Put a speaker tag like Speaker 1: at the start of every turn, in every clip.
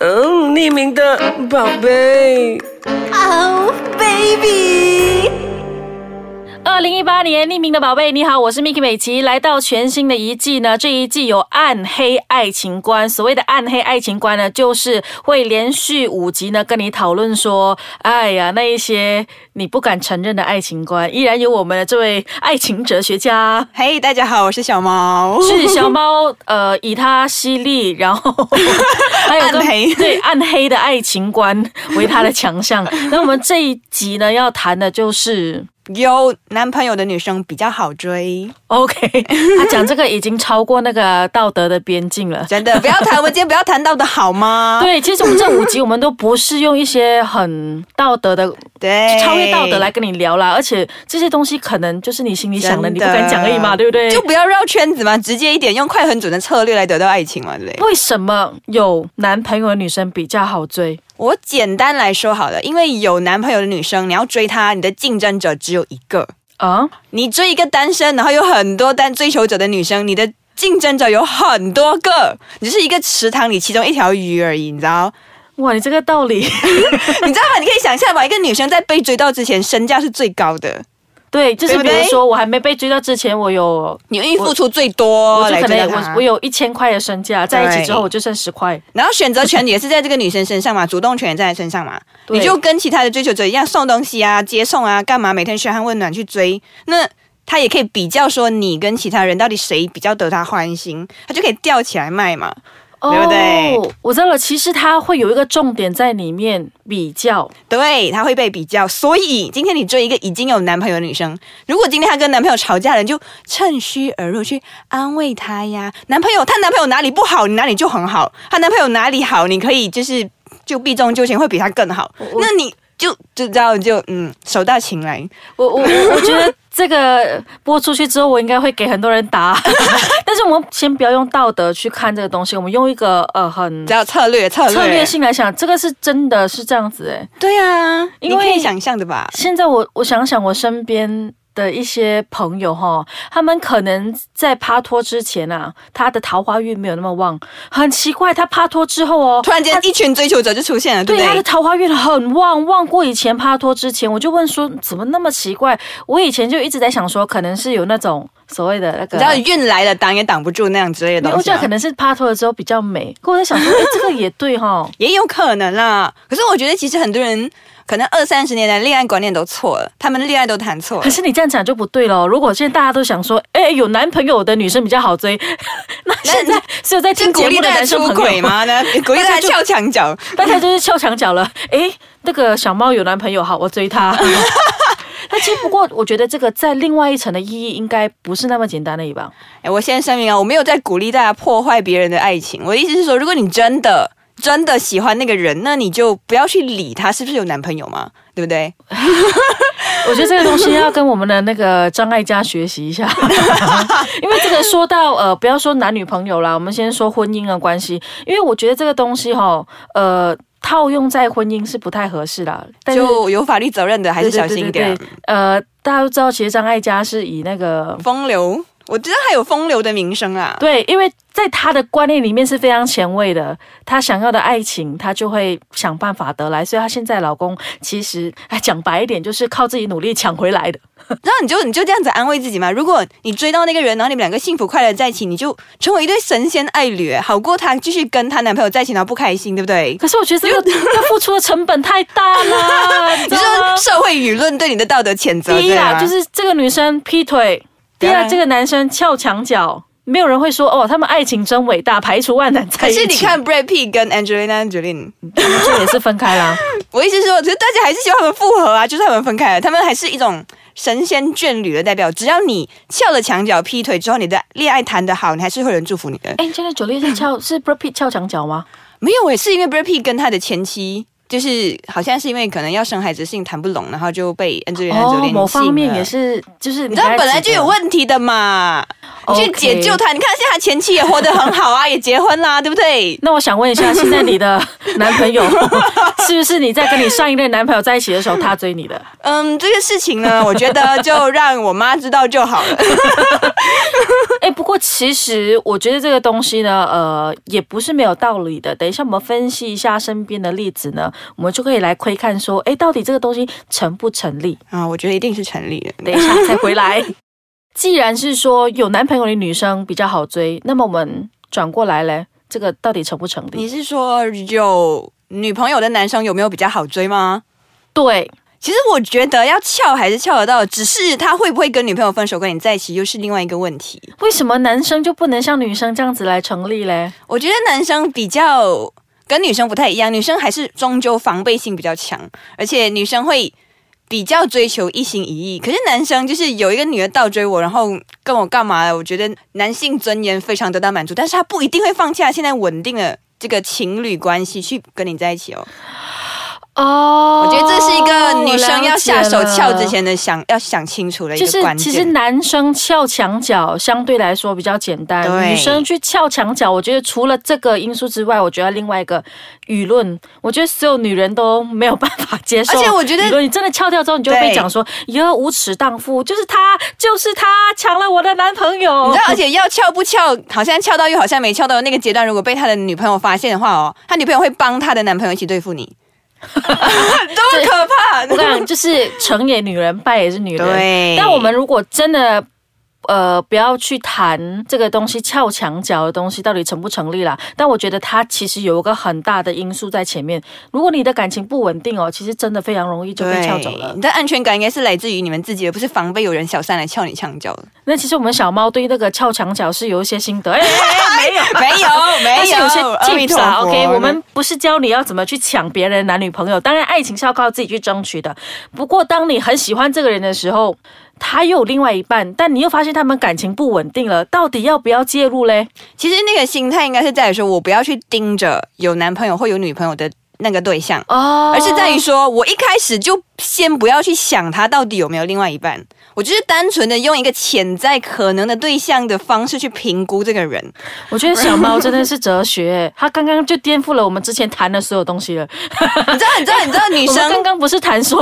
Speaker 1: 嗯，匿名的宝贝。
Speaker 2: Oh baby，
Speaker 3: 二零一八年，匿名的宝贝，你好，我是 Miki 美琪，来到全新的一季呢。这一季有暗黑爱情观，所谓的暗黑爱情观呢，就是会连续五集呢跟你讨论说，哎呀，那一些你不敢承认的爱情观，依然有我们的这位爱情哲学 家。
Speaker 2: 嘿、大家好，我是小猫。
Speaker 3: 是小猫，呃，以他犀利，然后还有个
Speaker 2: 暗黑
Speaker 3: 对暗黑的爱情观为他的强项。那我们这一集呢，要谈的就是
Speaker 2: 有男朋友的女生比较好追，
Speaker 3: OK，他讲这个已经超过那个道德的边境了。
Speaker 2: 真的不要谈，我们今天不要谈到的好吗？
Speaker 3: 对，其实我们这五集我们都不是用一些很道德的、
Speaker 2: 对，
Speaker 3: 超越道德来跟你聊啦，而且这些东西可能就是你心里想的，
Speaker 2: 真
Speaker 3: 你
Speaker 2: 的
Speaker 3: 不敢讲而已嘛，对不对？
Speaker 2: 就不要绕圈子嘛，直接一点，用快狠准的策略来得到爱情嘛，对不对？
Speaker 3: 为什么有男朋友的女生比较好追？
Speaker 2: 我简单来说好了，因为有男朋友的女生，你要追她，你的竞争者只有一个。
Speaker 3: 啊，
Speaker 2: 你追一个单身，然后有很多单追求者的女生，你的竞争者有很多个，你就是一个池塘里其中一条鱼而已，你知道？
Speaker 3: 哇，你这个道理，
Speaker 2: 你知道吗？你可以想象吧，一个女生在被追到之前，身价是最高的，
Speaker 3: 对，就是
Speaker 2: 对不
Speaker 3: 比
Speaker 2: 对
Speaker 3: 如说我还没被追到之前，我有。
Speaker 2: 你愿意付出最多
Speaker 3: 我就
Speaker 2: 哦来
Speaker 3: 可
Speaker 2: 追
Speaker 3: 能
Speaker 2: 到她
Speaker 3: 我我。有一千块的身价，在一起之后
Speaker 2: 对
Speaker 3: 我就剩十块，
Speaker 2: 然后选择权也是在这个女生身上嘛，主动权也在她身上嘛，
Speaker 3: 对
Speaker 2: 你就跟其他的追求者一样送东西啊、接送啊、干嘛，每天嘘寒问暖去追那。她也可以比较说你跟其他人到底谁比较得她欢心，她就可以吊起来卖嘛。对不对
Speaker 3: 哦？我知道了，其实它会有一个重点在里面比较，
Speaker 2: 对，她会被比较。所以今天你追一个已经有男朋友的女生，如果今天她跟男朋友吵架了，你就趁虚而入去安慰她呀。男朋友，她男朋友哪里不好，你哪里就很好；她男朋友哪里好，你可以就是就避重就轻，会比她更好
Speaker 3: 哦我。
Speaker 2: 那你就就知道就嗯，手到擒来。
Speaker 3: 我 我我觉得这个播出去之后，我应该会给很多人 答。但是我们先不要用道德去看这个东西，我们用一个呃很
Speaker 2: 只要策略，策略，
Speaker 3: 策略性来想，这个是真的是这样子诶。
Speaker 2: 对啊，
Speaker 3: 因
Speaker 2: 你
Speaker 3: 为
Speaker 2: 可以想象的吧？
Speaker 3: 现在我我想想我身边。的一些朋友哈，他们可能在趴托之前啊，他的桃花运没有那么旺，很奇怪。他趴托之后哦，
Speaker 2: 突然间一群追求者就出现了，对
Speaker 3: 对啊
Speaker 2: 不
Speaker 3: 他的
Speaker 2: 对？
Speaker 3: 桃花运很旺，旺过以前帕托之前，我就问说怎么那么奇怪？我以前就一直在想说，可能是有那种所谓的那
Speaker 2: 你知道
Speaker 3: 个。
Speaker 2: 运来了挡也挡不住那样之类的
Speaker 3: 我
Speaker 2: 东西
Speaker 3: 觉
Speaker 2: 吗。
Speaker 3: 得可能是帕托了之后比较美，可我在想说，哎，这个也对哈，
Speaker 2: 也有可能啦。可是我觉得其实很多人可能二三十年来恋爱观念都错了，他们恋爱都谈错
Speaker 3: 可
Speaker 2: 了。
Speaker 3: 是你这样讲就不对了。如果现在大家都想说，哎，有男朋友的女生比较好追， 那现在只有在
Speaker 2: 是
Speaker 3: 听
Speaker 2: 鼓
Speaker 3: 节
Speaker 2: 励
Speaker 3: 目的
Speaker 2: 大
Speaker 3: 男
Speaker 2: 家
Speaker 3: 生朋
Speaker 2: 出轨
Speaker 3: 友 吗？
Speaker 2: 吗？呢，鼓励大
Speaker 3: 就
Speaker 2: 家翘墙角，
Speaker 3: 大家就是翘墙角了。哎，那个小猫有男朋友，好，我追 他。 那其实不过，我觉得这个在另外一层的意义应该不是那么简单的，吧？
Speaker 2: 哎，我先声明啊，我没有在鼓励大家破坏别人的爱情。我的意思是说，如果你真的真的喜欢那个人，那你就不要去理他是不是有男朋友嘛，对不对？
Speaker 3: 我觉得这个东西要跟我们的那个张艾嘉学习一下，因为这个说到呃，不要说男女朋友啦，我们先说婚姻的关系，因为我觉得这个东西哈，呃，套用在婚姻是不太合适啦，但是
Speaker 2: 就有法律责任的，还是小心一点。
Speaker 3: 对对对对对呃，大家都知道，其实张艾嘉是以那个。
Speaker 2: 风流，我知道还有风流的名声啊啦。
Speaker 3: 对，因为在他的观念里面是非常前卫的，他想要的爱情，他就会想办法得来，所以她现在老公其实，哎，讲白一点，就是靠自己努力抢回来的。
Speaker 2: 然后你就你就这样子安慰自己嘛。如果你追到那个人，然后你们两个幸福快乐在一起，你就成为一对神仙爱侣，好过她继续跟她男朋友在一起，然后不开心，对不对？
Speaker 3: 可是我觉得这个要付出的成本太大 了，你
Speaker 2: 你
Speaker 3: 知道吗
Speaker 2: 说？社会舆论对你的道德谴责，
Speaker 3: 啊第一
Speaker 2: 对
Speaker 3: 啦，
Speaker 2: 啊吗
Speaker 3: 就是这个女生劈腿；第
Speaker 2: 当
Speaker 3: 二，
Speaker 2: 然
Speaker 3: 这个男生翘墙角。没有人会说哦，他们爱情真伟大，排除万难在
Speaker 2: 可
Speaker 3: 一起。
Speaker 2: 是你，看 Brad Pitt 跟 Angelina Jolie，
Speaker 3: 他们这也是分开 啦。
Speaker 2: 我意思是说，就是大家还是希望他们复合啊，就是他们分开了，他们还是一种神仙眷侣的代表。只要你翘了墙角劈腿之后，你的恋爱谈得好，你还是会有人祝福你的。
Speaker 3: 哎，现在九力是翘是 Brad Pitt 翘墙角吗？
Speaker 2: 没有欸诶，是因为 Brad Pitt 跟他的前妻，就是好像是因为可能要生孩子，性谈不拢，然后就被 Angelina
Speaker 3: 哦
Speaker 2: Jolie 性，
Speaker 3: 某方面也。是，就是你
Speaker 2: 你知道
Speaker 3: 还记得
Speaker 2: 本来就有问题的嘛，你去
Speaker 3: OK
Speaker 2: 解救他。你看现在他前妻也活得很好啊，也结婚啦，对不对？
Speaker 3: 那我想问一下，现在你的男朋友 是不是你在跟你上一任男朋友在一起的时候，他追你的？
Speaker 2: 嗯，这个事 情呢，我觉得就让我妈知道就好了。
Speaker 3: 哎，不过其实我觉得这个东西呢，呃，也不是没有道理的。等一下我们分析一下身边的例子呢，我们就可以来窥看说，哎，到底这个东西成不成立？
Speaker 2: 啊，我觉得一定是成立的。
Speaker 3: 等一下再回来。 既然是说有男朋友的女生比较好追，那么我们转过来嘞，这个到底成不成立？
Speaker 2: 你是说有女朋友的男生有没有比较好追吗？
Speaker 3: 对，
Speaker 2: 其实我觉得要撬还是撬得到，只是他会不会跟女朋友分手跟你在一起又是另外一个问题。
Speaker 3: 为什么男生就不能像女生这样子来成立嘞？
Speaker 2: 我觉得男生比较跟女生不太一样，女生还是终究防备心比较强，而且女生会比较追求一心一意。可是男生就是有一个女的倒追我，然后跟我干嘛？我觉得男性尊严非常得到满足，但是他不一定会放下现在稳定的这个情侣关系去跟你在一起哦。
Speaker 3: 哦
Speaker 2: 我觉得这是一个女生要下手撬之
Speaker 3: 前。
Speaker 2: 前的想要想清楚的一
Speaker 3: 就是
Speaker 2: 个关键。
Speaker 3: 其实男生撬墙角相对来说比较简单，
Speaker 2: 对
Speaker 3: 女生去撬墙角，我觉得除了这个因素之外，我觉得另外一个舆论，我觉得所有女人都没有办法接受。
Speaker 2: 而且我觉得
Speaker 3: 舆论你真的撬掉之后，你就会被
Speaker 2: 对
Speaker 3: 讲说，哟无耻荡妇，就是他，就是他抢了我的男朋友。
Speaker 2: 你知道，而且要撬不撬，好像撬到又好像没撬到的那个阶段，如果被他的女朋友发现的话哦，他女朋友会帮他的男朋友一起对 付你，多可怕！
Speaker 3: 我跟你讲，就是成也女人，败也是女人。
Speaker 2: 对
Speaker 3: 但我们如果真的。呃，不要去谈这个东西撬墙角的东西到底成不成立啦。但我觉得它其实有一个很大的因素在前面。如果你的感情不稳定哦，其实真的非常容易就被撬走了
Speaker 2: 你。的安全感应该是来自于你们自己，而不是防备有人小三来撬你墙 角的。
Speaker 3: 那其实我们小猫对那个撬墙角是有一些心得，哎、哎哎没有。
Speaker 2: 没有，哦
Speaker 3: 但
Speaker 2: 没
Speaker 3: 是
Speaker 2: 有，
Speaker 3: 有些
Speaker 2: 阿弥
Speaker 3: tips
Speaker 2: 陀
Speaker 3: 啊
Speaker 2: 佛
Speaker 3: ，OK，我们不是教你要怎么去抢别人的男女朋友，当然爱情是要靠自己去争取的。不过，当你很喜欢这个人的时候，他又有另外一半，但你又发现他们感情不稳定了，到底要不要介入嘞？
Speaker 2: 其实那个心态应该是在于说，我不要去盯着有男朋友或有女朋友的那个对象。
Speaker 3: 哦
Speaker 2: 而是在于说，我一开始就先不要去想他到底有没有另外一半，我就是单纯的用一个潜在可能的对象的方式去评估这个人。
Speaker 3: 我觉得小猫真的是哲学，他刚刚就颠覆了我们之前谈的所有东西了。
Speaker 2: 你知道，你知道，你知道，女
Speaker 3: 我们刚
Speaker 2: 生
Speaker 3: 刚不是谈说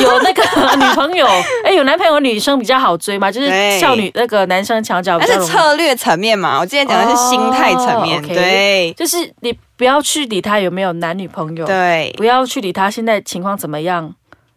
Speaker 3: 有那个 女朋友，哎，有男朋友的女生比较好追嘛，就是
Speaker 2: 对
Speaker 3: 少女那个男生墙角比
Speaker 2: 那
Speaker 3: 较
Speaker 2: 是
Speaker 3: 容易。
Speaker 2: 策略层面嘛，我之前讲的是心态层面，
Speaker 3: 哦，OK
Speaker 2: 对
Speaker 3: 就是你不要去理他有没有男女朋友，
Speaker 2: 对，
Speaker 3: 不要去理他现在情况怎么样，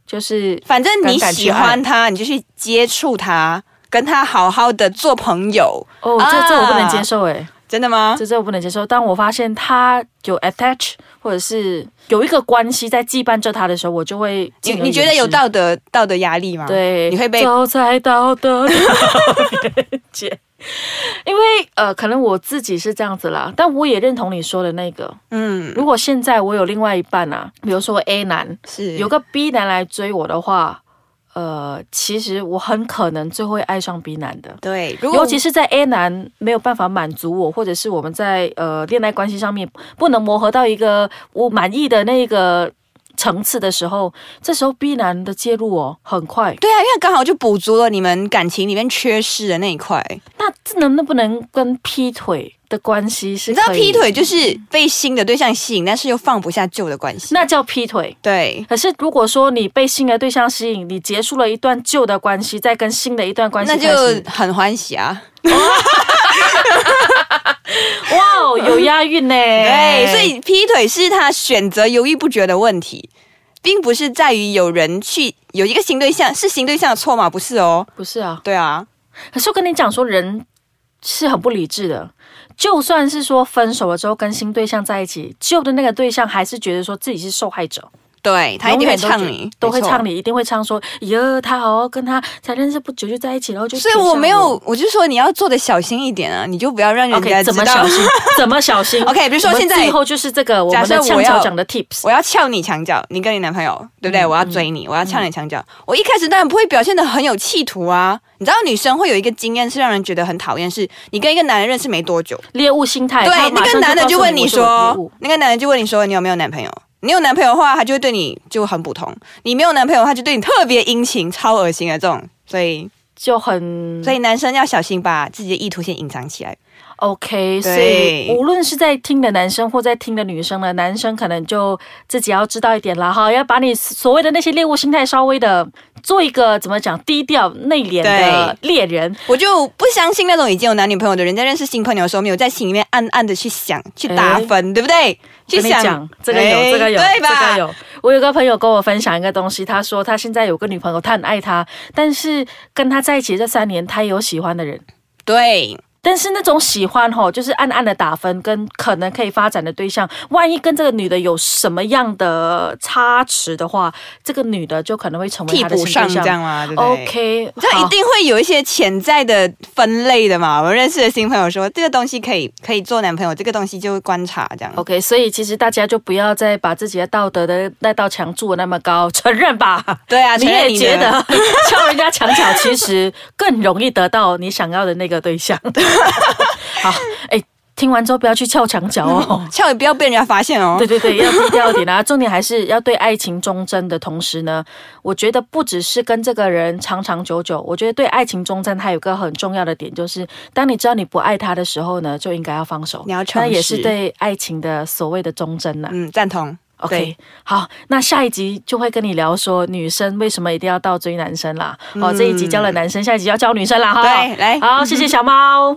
Speaker 3: 就是
Speaker 2: 反正你
Speaker 3: 敢敢去
Speaker 2: 喜
Speaker 3: 爱
Speaker 2: 欢他，你就去接触他，跟他好好的做朋友，
Speaker 3: 哦，
Speaker 2: 啊
Speaker 3: 这这我不能接受哎、
Speaker 2: 真的吗？
Speaker 3: 这这我不能接受。当我发现他有 attach 或者是有一个关系在羁绊着他的时候，我就会
Speaker 2: 你
Speaker 3: 敬而
Speaker 2: 你觉得
Speaker 3: 远之
Speaker 2: 有道德道德压力吗？，
Speaker 3: 对，
Speaker 2: 你会被
Speaker 3: 走在道德的 边界。因为呃，可能我自己是这样子啦，但我也认同你说的那个。
Speaker 2: 嗯，
Speaker 3: 如果现在我有另外一半啊，比如说 A 男，
Speaker 2: 是
Speaker 3: 有个 B 男来追我的话，呃，其实我很可能最后会爱上 B 男的。
Speaker 2: 对，如果
Speaker 3: 尤其是在 A 男没有办法满足我，或者是我们在呃恋爱关系上面不能磨合到一个我满意的那个层次的时候，这时候 B 男的介入哦很快。
Speaker 2: 对啊，因为刚好就补足了你们感情里面缺失的那一块。
Speaker 3: 那这能不能跟劈腿的关系是？
Speaker 2: 你知道劈腿就是被新的对象吸引，但是又放不下旧的关系。
Speaker 3: 那叫劈腿。
Speaker 2: 对，
Speaker 3: 可是如果说你被新的对象吸引，你结束了一段旧的关系，再跟新的一段关系
Speaker 2: 那
Speaker 3: 开始，
Speaker 2: 就很欢喜啊。
Speaker 3: 哇哦，有押韵呢。
Speaker 2: 对，所以劈腿是他选择犹豫不决的问题，并不是在于有人去有一个新对象是新对象的错吗？不是哦。
Speaker 3: 不是啊。
Speaker 2: 对啊，
Speaker 3: 可是我跟你讲说，人是很不理智的。就算是说分手了之后跟新对象在一起，旧的那个对象还是觉得说自己是受害者，
Speaker 2: 对他一定会唱
Speaker 3: 永远
Speaker 2: 你，
Speaker 3: 都觉得都会唱
Speaker 2: 你。
Speaker 3: 你，一定会唱说：“哟，他哦，跟他才认识不久就在一起，然后就……”
Speaker 2: 所以我没有，我就说你要做的小心一点啊，你就不要让人家
Speaker 3: OK，
Speaker 2: 知
Speaker 3: 怎么
Speaker 2: 道
Speaker 3: 小。心？怎么小心
Speaker 2: OK，比如说
Speaker 3: 我们
Speaker 2: 现在
Speaker 3: 最后就是这个我
Speaker 2: 假
Speaker 3: 们
Speaker 2: 设
Speaker 3: 的
Speaker 2: 我
Speaker 3: 呛
Speaker 2: 要
Speaker 3: 校长的 tips，
Speaker 2: 我要撬你墙角，你跟你男朋友，对不对？
Speaker 3: 嗯
Speaker 2: 我要追你，我要撬你墙角。我一开始当然不会表现的很有企图啊。你知道女生会有一个经验是让人觉得很讨厌，是你跟一个男人认识没多久，
Speaker 3: 猎物心态。哎他
Speaker 2: 对，
Speaker 3: 马
Speaker 2: 那个
Speaker 3: 上
Speaker 2: 男的就
Speaker 3: 告诉
Speaker 2: 问
Speaker 3: 你
Speaker 2: 你
Speaker 3: 我是有猎
Speaker 2: 说
Speaker 3: 物，
Speaker 2: 那个男的就问你说你有没有男朋友？你有男朋友的话，他就会对你就很普通；你没有男朋友，他就对你特别殷勤，超恶
Speaker 3: 嗯
Speaker 2: 心的这种。所以，
Speaker 3: 就很
Speaker 2: 所以男生要小心把自己的意图先隐藏起来。
Speaker 3: OK，所以无论是在听的男生或在听的女生呢，男生可能就自己要知道一点了哈，要把你所谓的那些猎物心态稍微的做一个怎么讲低调内敛的猎人。
Speaker 2: 我就不相信那种已经有男女朋友的人，在认识新朋友的时候，没有在心里面暗暗的去想、去打分，对不对？去
Speaker 3: 哎跟你讲
Speaker 2: 想，，
Speaker 3: 这个有，
Speaker 2: 哎
Speaker 3: 这个有，
Speaker 2: 对
Speaker 3: 这
Speaker 2: 吧？
Speaker 3: 个有。我有个朋友跟我分享一个东西，他说他现在有个女朋友，他很爱她，但是跟他在一起这三年，他也有喜欢的人。
Speaker 2: 对，
Speaker 3: 但是那种喜欢吼，就是暗暗的打分，跟可能可以发展的对象，万一跟这个女的有什么样的差池的话，这个女的就可能会成为
Speaker 2: 替
Speaker 3: 他的
Speaker 2: 补
Speaker 3: 新
Speaker 2: 上
Speaker 3: 对
Speaker 2: 这
Speaker 3: 象
Speaker 2: 样。嘛，对不对
Speaker 3: OK，
Speaker 2: 这
Speaker 3: 好
Speaker 2: 一定会有一些潜在的分类的嘛。我认识的新朋友说，这个东西可以可以做男朋友，这个东西就观察这样。
Speaker 3: OK，所以其实大家就不要再把自己的道德的那道墙筑的那么高，承认吧。
Speaker 2: 对啊，
Speaker 3: 你
Speaker 2: 承认
Speaker 3: 也觉
Speaker 2: 的
Speaker 3: 得敲人家墙角，其实更容易得到你想要的那个对 象。好，哎，听完之后不要去撬墙角哦。
Speaker 2: 翘也不要被人家发现哦
Speaker 3: 对。对对，要低调一点啊！ 重点还是要对爱情忠贞的同时呢，我觉得不只是跟这个人长长久久，我觉得对爱情忠贞还有个很重要的点，就是当你知道你不爱他的时候呢，就应该要放手。
Speaker 2: 你要诚
Speaker 3: 那
Speaker 2: 实
Speaker 3: 也是对爱情的所谓的忠贞呐、
Speaker 2: 嗯，赞同。
Speaker 3: OK，好，那下一集就会跟你聊说女生为什么一定要倒追男生啦。哦，这一集教了男生，下一集要教女生啦哈。
Speaker 2: 嗯对来
Speaker 3: 好，谢谢小猫。